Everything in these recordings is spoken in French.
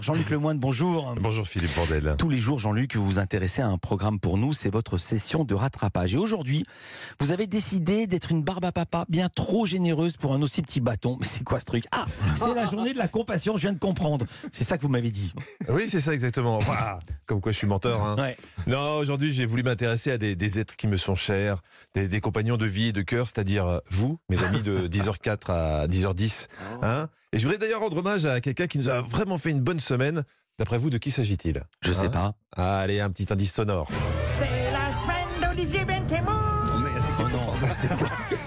Jean-Luc Lemoine, bonjour. Bonjour Philippe Bordel. Tous les jours, Jean-Luc, vous vous intéressez à un programme pour nous, c'est votre session de rattrapage. Et aujourd'hui, vous avez décidé d'être une barbe à papa bien trop généreuse pour un aussi petit bâton. Mais c'est quoi ce truc Ah, c'est la journée de la compassion, je viens de comprendre. C'est ça que vous m'avez dit. Oui, c'est ça exactement. Ouah, comme quoi je suis menteur. hein. Ouais. Non, aujourd'hui j'ai voulu m'intéresser à des, des êtres qui me sont chers, des, des compagnons de vie et de cœur, c'est-à-dire euh, vous, mes amis de 10h04 à 10h10. hein. et je voudrais d'ailleurs rendre hommage à quelqu'un qui nous a vraiment fait une bonne semaine. D'après vous, de qui s'agit-il Je sais Hein pas. Allez, un petit indice sonore. C'est la semaine d'Olivier Benkemoun Oh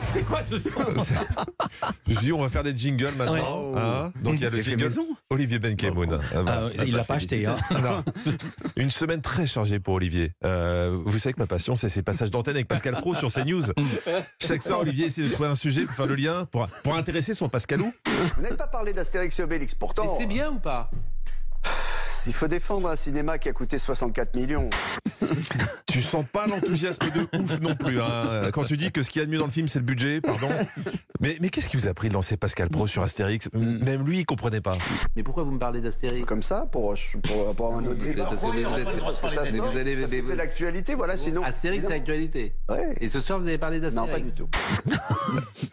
C'est quoi ce son Je me suis dit, on va faire des jingles maintenant. Ouais. hein. Donc il y a le C'est fait jingle maison. Olivier Benkemoun. Ah, voilà. Il l'a pas acheté. Hein. Alors, une semaine très chargée pour Olivier. Euh, vous savez que ma passion, c'est ces passages d'antenne avec Pascal Pro sur CNews. Chaque soir, Olivier essaie de trouver un sujet pour faire le lien, pour, pour intéresser son Pascalou. Vous n'avez pas parlé d'Astérix et Obélix, pourtant. C'est bien ou pas Il faut défendre un cinéma qui a coûté 64 millions. Tu sens pas l'enthousiasme de ouf non plus. hein. Quand tu dis que ce qu'il y a de mieux dans le film, c'est le budget, pardon. Mais, mais qu'est-ce qui vous a pris de lancer Pascal Pro sur Astérix Même lui, il comprenait pas. Mais pourquoi vous me parlez d'Astérix Comme ça, pour, pour, pour avoir un autre débat. Parce que vous Parce êtes- que ça mais sort, vous allez- parce que mais c'est vous- l'actualité, voilà, sinon... Astérix, c'est l'actualité. Ouais. Et ce soir, vous avez parlé Non, pas d'Astérix du tout.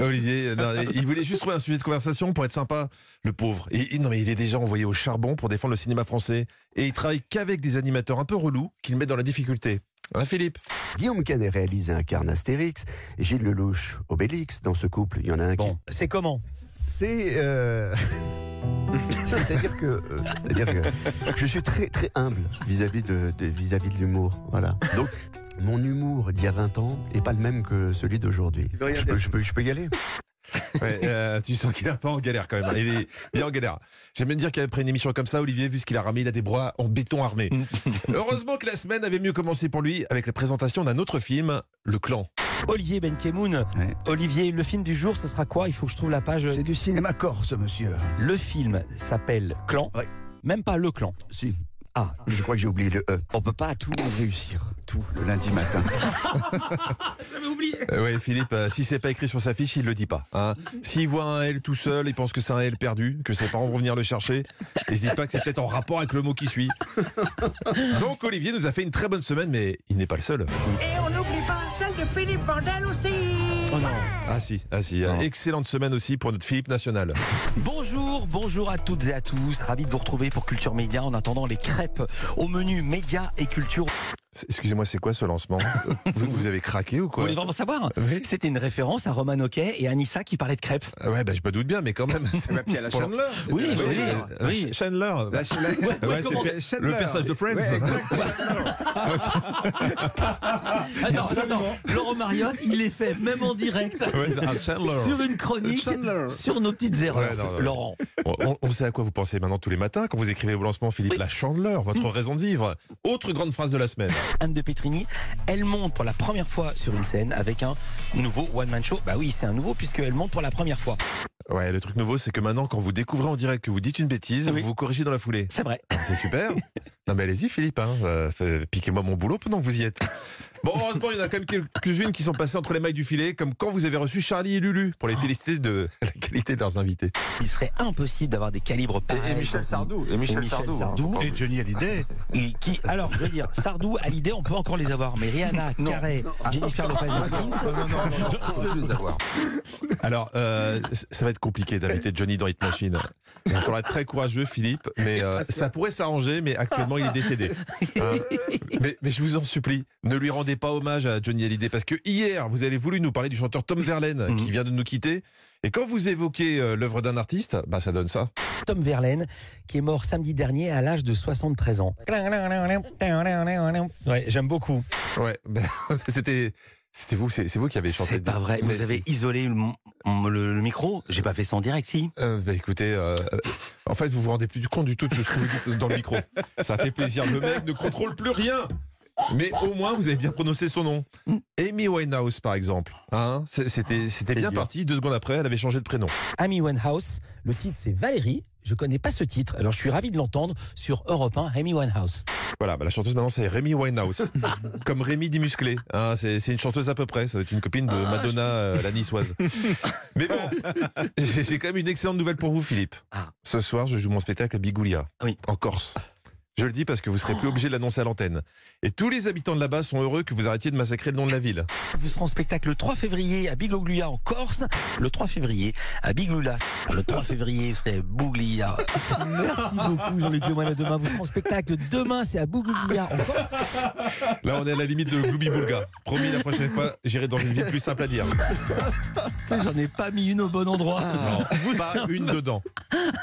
Olivier, euh, non, il voulait juste trouver un sujet de conversation pour être sympa. Le pauvre. Et, et non, mais il est déjà envoyé au charbon pour défendre le cinéma français. Et il travaille qu'avec des animateurs un peu relous qui le mettent dans la difficulté. Hein, Philippe Guillaume Canet réalise un carnet Astérix, Gilles Lelouch, Obélix, dans ce couple, il y en a un qui... Bon, c'est comment C'est... euh, C'est-à-dire que, euh, c'est-à-dire que je suis très très humble vis-à-vis de, de- vis-à-vis de l'humour, voilà. Donc mon humour d'il y a 20 ans est pas le même que celui d'aujourd'hui. Je peux, je peux- je peux y aller. Ouais, euh, Tu sens qu'il est un peu en galère quand même. Il est bien en galère. J'aime bien dire qu'après une émission comme ça, Olivier, vu ce qu'il a ramé, il a des bras en béton armé. Heureusement que la semaine avait mieux commencé pour lui avec la présentation d'un autre film, Le Clan. Olivier Benkemoun. Ouais. Olivier, le film du jour, ce sera quoi Il faut que je trouve la page. C'est du cinéma corse, monsieur. Le film s'appelle Clan. Ouais. Même pas Le Clan. Si. Ah. Je crois que j'ai oublié le E. On peut pas tout réussir. Tout le lundi matin. Euh, ouais, Philippe, euh, si c'est pas écrit sur sa fiche, il le dit pas. hein. S'il voit un L tout seul, il pense que c'est un L perdu, que ses parents vont venir le chercher, et se dit pas que c'est peut-être en rapport avec le mot qui suit. Donc Olivier nous a fait une très bonne semaine, mais il n'est pas le seul. Et on n'oublie pas celle de Philippe Vandel aussi Oh non. Ah si, ah si, euh, excellente semaine aussi pour notre Philippe national. Bonjour, bonjour à toutes et à tous. Ravi de vous retrouver pour Culture Média en attendant les crêpes au menu médias et culture. C'est- Excusez-moi, c'est quoi ce lancement vous, vous avez craqué ou Vous quoi voulez vraiment savoir Oui. C'était une référence à Roman Hockey et Anissa qui parlait de crêpes. Ah Ouais, bah, je me doute bien, mais quand même. c'est- Ouais, puis à la Pour- Chandler. Oui, c'était oui, la- oui. oui. Ch- Chandler. La, la- ouais, c'est comment- Pe- Chandler. le personnage de Friends. Ouais, exact. Ah non, non, non. Laurent Mariotte, il les fait même en direct Ouais, c'est un Chandler. sur une chronique Chandler. sur nos petites erreurs. Ouais, non, non. Laurent, On- On, on sait à quoi vous pensez maintenant tous les matins quand vous écrivez vos lancements, Philippe. La chandeleur, votre raison de vivre. Autre grande phrase de la semaine. Anne de Petrini, elle monte pour la première fois sur une scène avec un nouveau one man show. Bah oui, c'est un nouveau puisqu'elle monte pour la première fois. Ouais, le truc nouveau, c'est que maintenant, quand vous découvrez en direct que vous dites une bêtise, Oui. vous vous corrigez dans la foulée. C'est vrai. C'est super. non, mais allez-y, Philippe. Hein. Euh, fait- Piquez-moi mon boulot pendant que vous y êtes. Bon, heureusement, il y en a quand même quelques-unes qui sont passées entre les mailles du filet, comme quand vous avez reçu Charlie et Lulu pour les féliciter de la qualité de leurs invités. Il serait impossible d'avoir des calibres pareils. comme ça. Et Et Michel Sardou. Et Johnny Hallyday. Et qui, alors, je veux dire, Sardou, Hallyday, on peut encore les avoir, mais Rihanna, Carré, Jennifer Lopez, Prince, Alors, euh, c- ça va être compliqué d'inviter Johnny dans Hit Machine. Il faudra être très courageux, Philippe, mais euh, ça pourrait s'arranger, mais actuellement, il est décédé. Hein. mais, mais je vous en supplie, ne lui rendez pas hommage à Johnny Hallyday, parce que hier, vous avez voulu nous parler du chanteur Tom Verlaine, Mhm. qui vient de nous quitter. Et quand vous évoquez euh, l'œuvre d'un artiste, bah, ça donne ça. Tom Verlaine, qui est mort samedi dernier à l'âge de 73 ans. Ouais, j'aime beaucoup. Ouais, c'était... C'était vous, c'est c'est vous qui avez chanté. C'est pas vrai. Mais Vous avez isolé le, le- le micro J'ai pas fait ça en direct, si. Euh, bah écoutez, euh, euh, en fait, vous vous rendez plus du compte du tout de ce que vous dites dans le micro. Ça fait plaisir. Le mec ne contrôle plus rien. Mais au moins, vous avez bien prononcé son nom. Amy Winehouse, par exemple. Hein, c'est- C'était c'était bien parti. Deux secondes après, elle avait changé de prénom. Amy Winehouse, le titre c'est Valérie. Je connais pas ce titre. Alors je suis ravi de l'entendre sur Europe 1, Amy Winehouse. Voilà, bah, la chanteuse maintenant c'est Rémi Winehouse. Comme Rémi Dimusclé. Hein, c'est c'est une chanteuse à peu près. Ça va être une copine de Ah, Madonna, euh, la niçoise. Mais bon, j'ai j'ai quand même une excellente nouvelle pour vous, Philippe. Ah. Ce soir, je joue mon spectacle à Bigoulia, Ah oui. en Corse. Je le dis parce que vous serez plus obligé de l'annoncer à l'antenne. Et tous les habitants de là-bas sont heureux que vous arrêtiez de massacrer le nom de la ville. Vous serez en spectacle le 3 février à Biglogluia en Corse, le 3 février à Biglula, le 3 février vous serez à Bouglia. Merci beaucoup Jean-Luc Lemoyne, à demain. Vous serez en spectacle demain, c'est à Bouglia en Corse. Là, on est à la limite de Gloubi Boulga. Promis, la prochaine fois, j'irai dans une ville plus simple à dire. J'en ai pas mis une au bon endroit. Non, pas une dedans.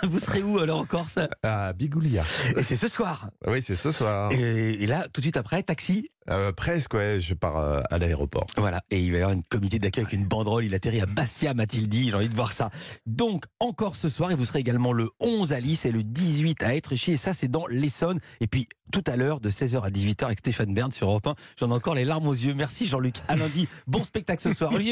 Vous serez où alors en Corse À Bigoulia. Et c'est ce soir. Oui, c'est ce Oh. soir. Et, et là, tout de suite après, taxi. Euh, presque, ouais. Je pars euh, à l'aéroport. Voilà. Et il va y avoir une comité d'accueil avec une banderole. Il atterrit à Bastia, m'a-t-il dit. J'ai envie de voir ça. Donc, encore ce soir. Et vous serez également le 11 à Nice et le 18 à Étréchy. Et ça, c'est dans l'Essonne. Et puis, tout à l'heure, de 16h à 18h avec Stéphane Bern sur Europe 1. J'en ai encore les larmes aux yeux. Merci, Jean-Luc. À lundi. Bon spectacle ce soir. Olivier